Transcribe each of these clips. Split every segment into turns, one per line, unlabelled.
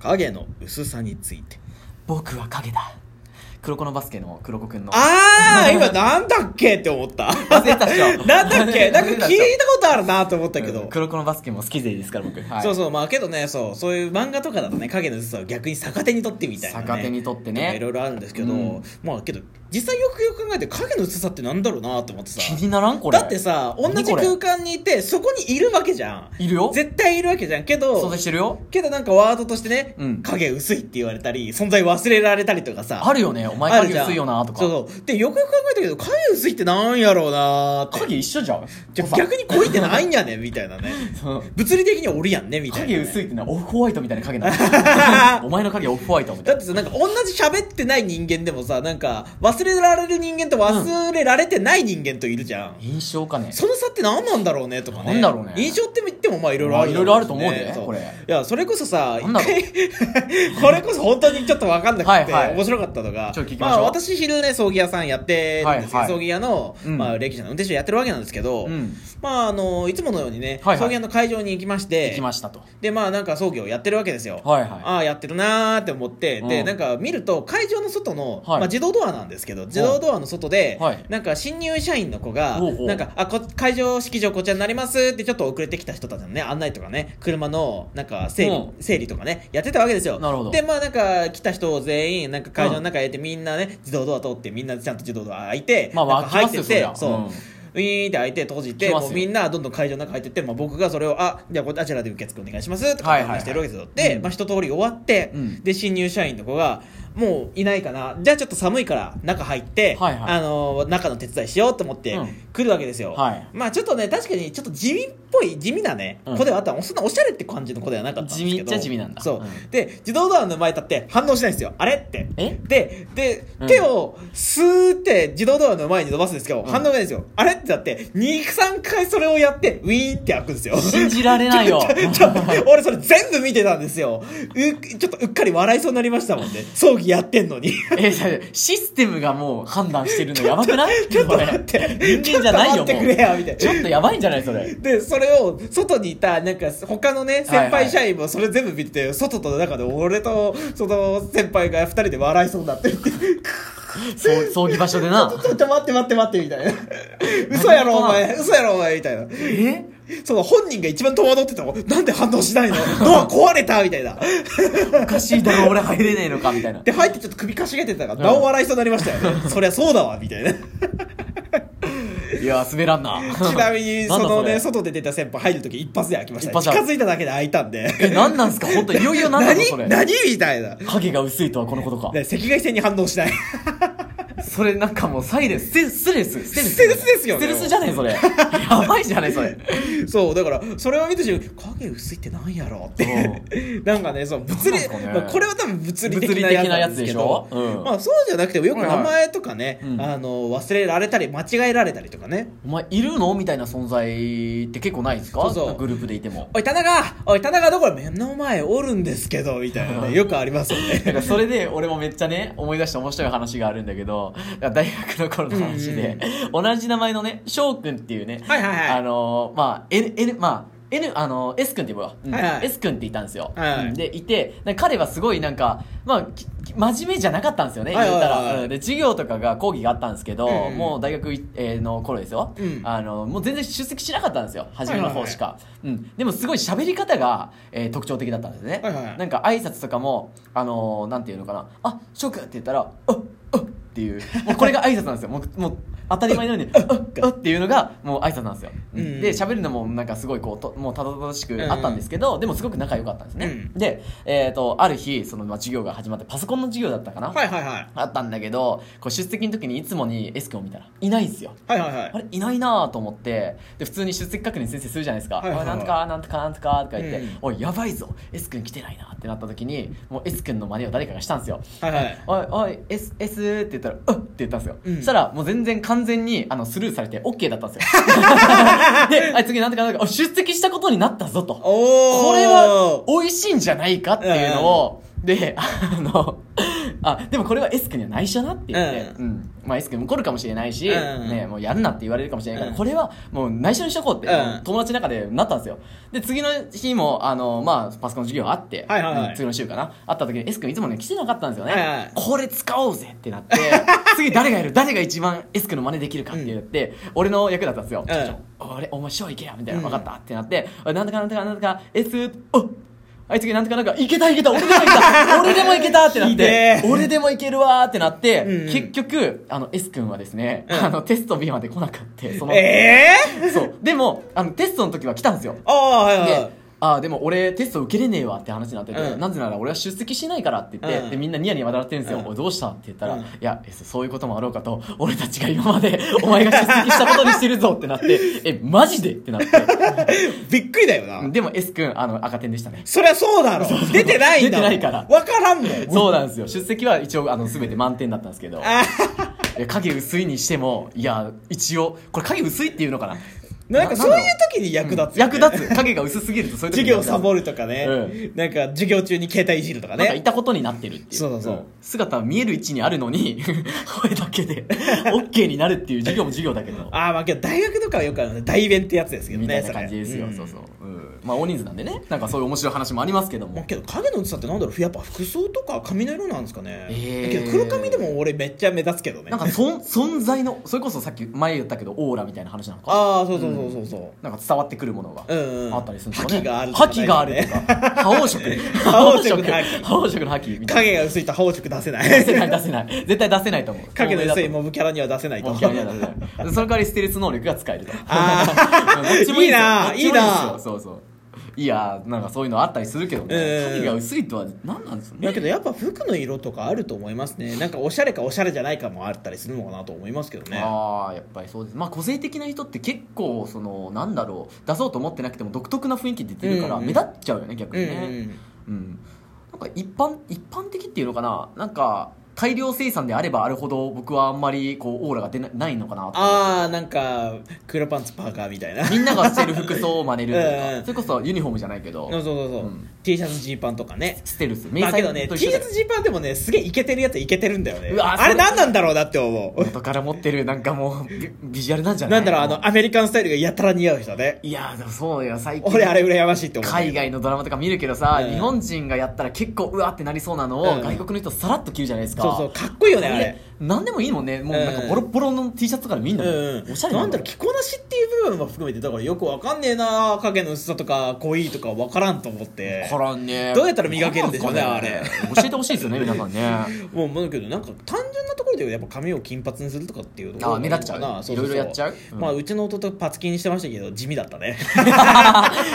影の薄さについて
僕は影だ黒子のバスケの黒子くんの
ああ 今なんだっけって思った
忘れてたっしょ
なんだっけなんか聞いたことあるなと思ったけど、
うん黒子のバスケも好き勢ですから僕、はい、
そうそうまあけどねそうそういう漫画とかだとね影の薄さを逆に逆手にとってみたいな、ね、
逆手にとってね
とかいろいろあるんですけど、
うん
まあけど実際よくよく考えて影の薄さってなんだろうなと思ってさ
気にならんこれ
だってさ同
何
じ
これ
空間にいてそこにいるわけじゃん
いるよ
絶対いるわけじゃんけ
存
ど
在してるよ
けどなんかワードとしてね、
うん
影薄いって言われたり存在忘れられたりとかさ
あるよねお前影薄いよなとか
そうそうでよくよく考えたけど影薄いってなんやろうなーって
影一緒じゃん
じゃ
おさ
逆に恋ってないんやねみたいなね
そう
物理的にはおるやんねみたいなね、
影薄いってのはオフホワイトみたいな影 なんだお前の影オフホワイトみ
だ
たい
っ
な
てさなんか同じ喋ってない人間でもさなんか忘れられる人間と忘れられてない人間といるじゃん、
印象かね
その差って何なんだろうねとかね
なんだろうね
印象って言ってもまあいろいろあるだ
まあいろいろあ
ろ
る
うし
と
ね、
思うね
そう
これ
いやそれこそさ
なんだろう
これこそ本当にちょっと分かんなくて、
はいはい
面白かったのが
ちょっと聞きまし
ま
ょう
あ私昼ね葬儀屋さんやってるんですけど、
はいはい
葬儀屋の、
うん
まあ、歴史の運転手やってるわけなんですけど、
うん
まああのいつものようにね、
はいはい
葬儀屋の会場に行きまして
行きましたと
でまあなんか葬儀をやってるわけですよ、
はいはい
ああやってるなーって思って、
う
で
ん
なんか見ると会場の外の、
はい
まあ、自動ドアなんですけど自動ドアの外で、
はい
なんか新入社員の子が
ほうほう
なんかあこ会場式場こちらになりますってちょっと遅れてきた人たちのね案内とかね車のなんか整理
う
整理とかねやってたわけですよ
なるほど
でまあなんか来た人を全員なんか会場の中へってみんなね自動ドア通ってみんなちゃんと自動ドア開いて、
まあ
なんか入ってっ
開き
て
ます
そう、
よそりゃうん
ウィーンって開いて閉じて
来ます
も
よ
うみんなどんどん会場の中入ってって、まあ、僕がそれをあじゃあこあちらで受付お願いしますとか
はいはいはい
話してるわけですよ、で、
うん
まあ、一通り終わって、
うん
で新入社員の子がもういないかなじゃあちょっと寒いから中入って、
はいはい
あのー中の手伝いしようと思って
うん
来るわけですよ、
はい
まあちょっとね確かにちょっと地味っぽい地味なね、
うん
子ではあったそんなおしゃれって感じの子ではなかったんですけど
地味っちゃ地味なんだ
そう、
うん
で自動ドアの前立って反応しないんですよあれって
え
でで
うん
手をスーって自動ドアの前に伸ばすんですけど、
ん
反応がないんですよあれってだって23回それをやってウィーンって開くんですよ
信じられないよ
ちょっと俺それ全部見てたんですようちょっとうっかり笑いそうになりましたもんね葬儀やってんのに
えじゃあシステムがもう判断してるのやばくない
ちょっと待って
これ人間じゃないよ
ちょっと待ってくれよみたいな
もうちょっとやばいんじゃないそれ
でそれを外にいたなんか他のね先輩社員もそれ全部見てて外と中で俺とその先輩が2人で笑いそうになってるって
そう葬儀場所でな
ちょっと待って待って待ってみたいな嘘やろお前嘘やろお前みたいな
え
その本人が一番戸惑ってたもんなんで反応しないのドア壊れたみたいな
おかしいだろ俺入れねえのかみたいな
で入ってちょっと首かしげてたからなお笑いそうになりましたよ ねそりゃそうだわみたいな
いや滑らんな
ちなみに
な
そ
んだ
の
れ
ね外で出た先輩入る時一発で開きました
一発
近
で
づいただけで開いたんで
え何なんすか本当いよいよ何なのそ
何
れ
何みたいな
影が薄いとはこのことか
で赤外線に反応しない
それなんかもうサイレンステスレスステルス
ステルスですよね
ステルスじゃねえ それやばいじゃねえそれ
そうだからそれを見てし影薄いってなんやろうってなんかねそう物理
なんすかね
まあこれは多分物理的
物理
な
的な
や
や
つなんで
つ
す
で
け
し
ど
ょうん
まあそうじゃなくてもよく名前とかね、
はいはい
あの忘れられたり間違えられたりとかね
お前いるのみたいな存在って結構ないですか
そうそう
グループでいても
おい、田中おい、田中どころ目の前おるんですけど、みたいな ね、よくありますよね。
なんかそれで俺もめっちゃね思い出して面白い話があるんだけど大学の頃の話で、同じ名前のね翔くんっていうね、
はいはいはい
あのーまあ N, N まあ N あのー S 君って言えば、うん
はいはい
S 君っていたんですよ、
はいはい
うんでいてなんか彼はすごいなんかまあきき真面目じゃなかったんですよね、
はいはいはい
言ったら、うんで授業とかが講義があったんですけど、
うん
もう大学いえーの頃ですよ、
うん
あのもう全然出席しなかったんですよ初めの方しか、
は
うん、でもすごい喋り方が、えー特徴的だったんですね、
はいはいはい
なんか挨拶とかも、あのーなんていうのかな「あ翔くん」って言ったら「あっあっ」っていうもうこれが挨拶なんですよもうもう当たり前のように「あっあっ」っていうのがもう挨拶なんですよ、
うん
で喋るのもなんかすごいこうともうたどたどしくあったんですけど、でもすごく仲良かったんですね、で、えー、とある日その、まあ、授業が始まってパソコンの授業だったかな、
はいはいはい。
あったんだけどこう出席の時にいつもに S 君を見たらいないんですよ
はいはいは
あ
い。
れいないなと思ってで普通に出席確認先生するじゃないですか「
はいはいはい
おいなんとかなんとかなんとか」とか言って
う
「
ん
おいやばいぞ S 君来てないな」ってなった時にもう S 君の真似を誰かがしたんですよ「
はいはい
おいおい S, S」って言ったら「うっ」って言ったんですよ、
うん
そしたらもう全然完全にあのスルーされて OK だったんですよ であ次なんとかなんとかおい出席したことになったぞと
おー
これは美味しいんじゃないかっていうのを、で、あの、あでもこれは S 君には内緒だって言って、
う
うんまあ、S 君怒るかもしれないし、
うん
ね、もうやるなって言われるかもしれないから、
うん
これはもう内緒にしとこうって、
うん
友達の中でなったんですよで次の日もあの、まあ、パソコンの授業あって、
はいはいはい
うん次の週かなあった時に S 君いつもね来てなかったんですよね、
はいはい
これ使おうぜってなって次誰がやる誰が一番 S 君の真似できるかって言って、俺の役だったんですよ、
うん
ちょ俺お前勝利いけやみたいな、
うん
分かったってなってあなんとかなんとかなんとか S おあいつがなんとかなんとかいけたいけた俺でもいけた俺でもいけたってなっ
ひで
て
え
俺でもいけるわーってなって、
うん
結局あの S 君はですね、
うん
あのテスト B まで来なかったその、
ええ
そうでもあのテストの時は来たんですよ
ああはいはいは
で
い
あーでも俺テスト受けれねえわって話になってて、
うん
なぜなら俺は出席しないからって言って、
うん
でみんなニヤニヤ笑ってるんですよ、
うん
おいどうしたって言ったら、
うん
いやえそういうこともあろうかと俺たちが今まで お前が出席したことにしてるぞってなってえマジでって なって
びっくりだよな、
でも S 君あの赤点でしたね
そりゃそうだろ出てないんだもん
出てないから
わからんもん
そうなんですよ出席は一応あの全て満点だったんですけど
あ
いや影薄いにしてもいや一応これ影薄いっていうのか な
なんか
な
そういう時に役立つよね、
役立つ影が薄すぎるとそういう時
授業
に
サボるとかね、
う
なんか授業中に携帯いじるとか
なんかい
ね
たことになってるっていう
そうそうそう
姿は見える位置にあるのに 声だけで OK になるっていう授業も授業だけど
ああまあけど大学とかはよくあるね大弁ってやつですけどね
みたいな感じですよ
れ
そうそう、うんまあ大人数なんでねなんかそういう面白い話もありますけど
まあ
も
けど影の薄さってなんだろうやっぱ服装とか髪の色なんですかね、
えー
だけど黒髪でも俺めっちゃ目立つけどね
なんかそん存在のそれこそさっき前言ったけどオーラみたいな話なの か
ああそうそうそうそうそう
なんか伝わってくるものが
うんうん
あったりするんですかね。
覇気があるとか
覇気があると か。覇王色。
覇王色の覇気
覇王色の覇気みたい
影が薄いと宝色出せな
な。出せ
い
ない出せない。絶対出せないと思う。
影の薄い
も
モブキャラには出せないと
うキャリアだね。その代わりステルス能力が使えると。
あー
どっちも
い
いいですよ
いな
どっちもで
い
すよ
いな
そうそう。いやーなんかそういうのあったりするけどね。
うん
影が薄いとは何なんですか
いやけ
ね。
どやっぱ服の色とかあると思いますねなんかおしゃれかおしゃれじゃないかもあったりするのかなと思いますけどね
ああやっぱりそうですまあ個性的な人って結構そのなんだろう出そうと思ってなくても独特な雰囲気出てるから
うんうん
目立っちゃうよね逆
うん
に
う
ね、
ん
うん、なんか一般一般的っていうのかななんか大量生産であればあるほど僕はあんまりこうオーラが出なないのかなと
ああなんか黒パンツパーカーみたいなそう
みんながしてる服装を真似るとい
う
う
んう
か
ん
それこそユニフォームじゃないけ ど
そうそう、
うん
T シャツジーパンとかね
ステルス迷
まあけ
彩
どね T
と一
シ
緒
ャ
で
ツジーパンでもねすげえイケてるやつイケてるんだよね
うわ
あれ
それ
何なんだろうなって思 う
元から持ってるなんかもうビビジュアルなんじゃな
ないんだろうあのアメリカンスタイルがやたら似合う人ね
いやでもそうよ最近
俺あれ羨ましいって思う
海外のドラマとか見るけどさ、
うん
日本人がやったら結構うわってなりそうなのを、
うん
外国の人さらっと着るじゃないですか
そうそうかっこいいよねあれ
何でもいいもんねもうなんか
うん
ボロボロの T シャツとかでもいいんだもん、
うん、
おしゃれ
なんだろう着こなしっていう部分も含めてだからよくわかんねえな影の薄さとか濃いとかわからんと思って
からんね
どうやったら磨けるんでしょうね
なんか教えてほしいですよね皆さんね
もうもうだけどなんか単純なところでやっぱ髪を金髪にするとかっていうところ
あー目立っちゃう
なそそ
いろいろやっちゃううん
ま あうちの弟パツキンしてましたけど地味だったね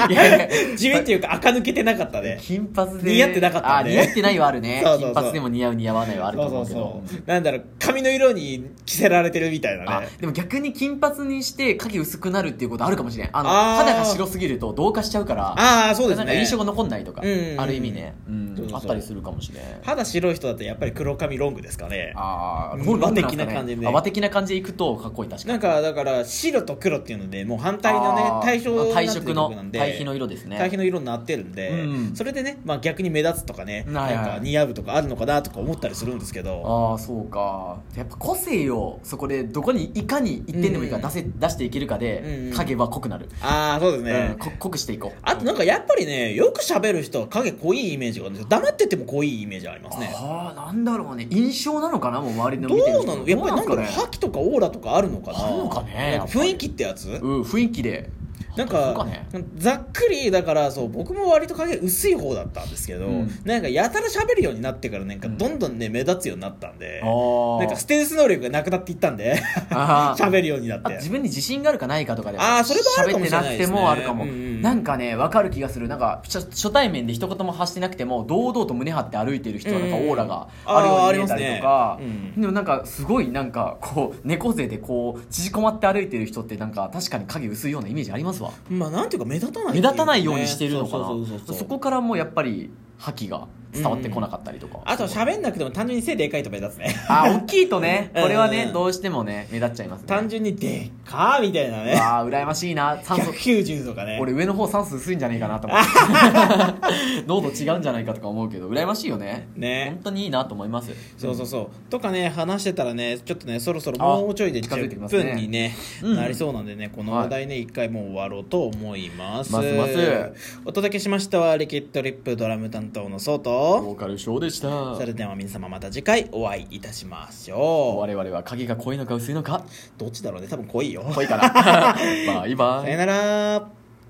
いやいや
地味っていうか垢抜けてなかったね
金髪で
似合ってなかった
あ
ね
似合ってないはあるね
そうそうそう
金髪でも似合う似合わないはあると
そうそ
思
う
うけど
そうなんだろう髪の色に着せられてるみたいな
あ
ね
でも逆に金髪にして影薄くなるっていうことあるかもしれんあの
あー
肌が白すぎると同化しちゃうから
ああそうです
なんか印
ね
象が残んないとか、
うん
ある意味ね、うん
そうそうそう
あったりするかもしれん
肌白い人だとやっぱり黒髪ロングですかね
ああ
和的な感じでね
和的な感じでいくとかっこいい確かに
なんかだから白と黒っていうのでもう反対のね
あー
対照になって
対
る
色
部分な
の
んで
対比の色ですね
対比の色になってるんで、
うん
それでね、まあ、逆に目立つとかね
はいはい
なんか似合うとかあるのかなとか思ったりするんですけど
ああそうかやっぱ個性をそこでどこにいかに一点でもいいから出せ、出していけるか
うん
で
うん
影は濃くなる、
ああそうですね、
うん、こ濃くしていこう
あとなんかやっぱりねよく喋る人は影濃いイメージがあるんですよ黙ってても濃いイメージありますね
ああなんだろうね印象なのかなもう周りの
ど
見てる
う
人
なのやっぱりなんだろう
ですかね
覇気とかオーラとかあるのかな
あるのかね
なん雰囲気ってやつ
うん雰囲気で
なん
そう
か
ね
ざっくりだからそう僕も割と影薄い方だったんですけど、
うん
なんかやたら喋るようになってからなんか
うん
どんどんね目立つようになったんで、
あー
なんかステルス能力がなくなっていったんで
あー
喋るようになっ
あ
て
自分に自信があるかないかとかで
あーそれもあるかもしれ
喋
な
っ
い
て
で
な
す
く
ね
てもあるかも、
うんうん
なんかね分かる気がするなんか初初対面で一言も発してなくても堂々と胸張って歩いてる人はなんか
うんうん
オーラがあるように見えたりとか
あーあ、りますねう
でもなんかすごいなんかこう猫背でこう縮こまって歩いてる人ってなんか確かに影薄いようなイメージありますわ
まあなんていうか目立たない
目立たないようにしてるのかな
そ
そう
そうそうそうそう
こからもうやっぱり覇気が伝わってこなかったりとか、
あと喋んなくても単純に背でかいと目立つね
あ大きいとね
うん
これはねどうしてもね目立っちゃいますね
単純にでっかーみたいなね
わあ羨ましいな酸素
190とかね
俺上の方酸素薄いんじゃないかなと思って 濃度違うんじゃないかとか思うけど羨ましいよね
ね
本当にいいなと思います
そうそうそうとかね話してたらねちょっとねそろそろもうちょいで
あ近づいてき
10
ますね
分にね
うん
なりそうなんでねこの話題ね一回もう終わろうと思います
ますます
お届けしましたはリキッドリップドラム担当のソウと
ボーカルショーでした
それでは皆様また次回お会いいたしましょ
我々は影が濃いのか薄いのか
うどっちだろうね多分濃いよ
濃いからバイバイ
さよなら